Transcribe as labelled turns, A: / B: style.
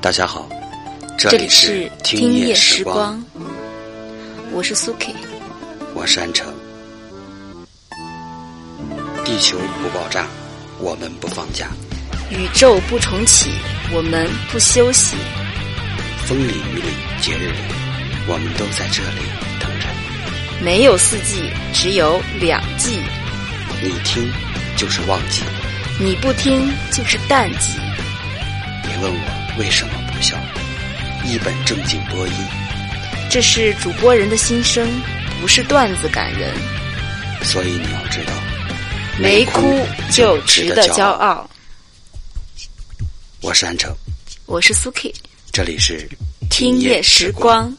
A: 大家好，
B: 这
A: 里
B: 里是
A: 听
B: 夜
A: 时
B: 时光，我是苏 K。
A: 我是安城。地球不爆炸，我们不放假；
B: 宇宙不重启，我们不休息。
A: 风里雨里节日里，我们都在这里等着你
B: 没有四季，只有两季。
A: 你听，就是忘记，
B: 你不听就是淡季。
A: 别问我为什么不笑。一本正经播音，
B: 这是主播人的心声，不是段子感人。
A: 所以你要知道，
B: 没哭就值
A: 值
B: 得骄
A: 骄傲。
B: 傲。
A: 我是安城，
B: 我是苏 K，
A: 这里是
B: 听夜时光。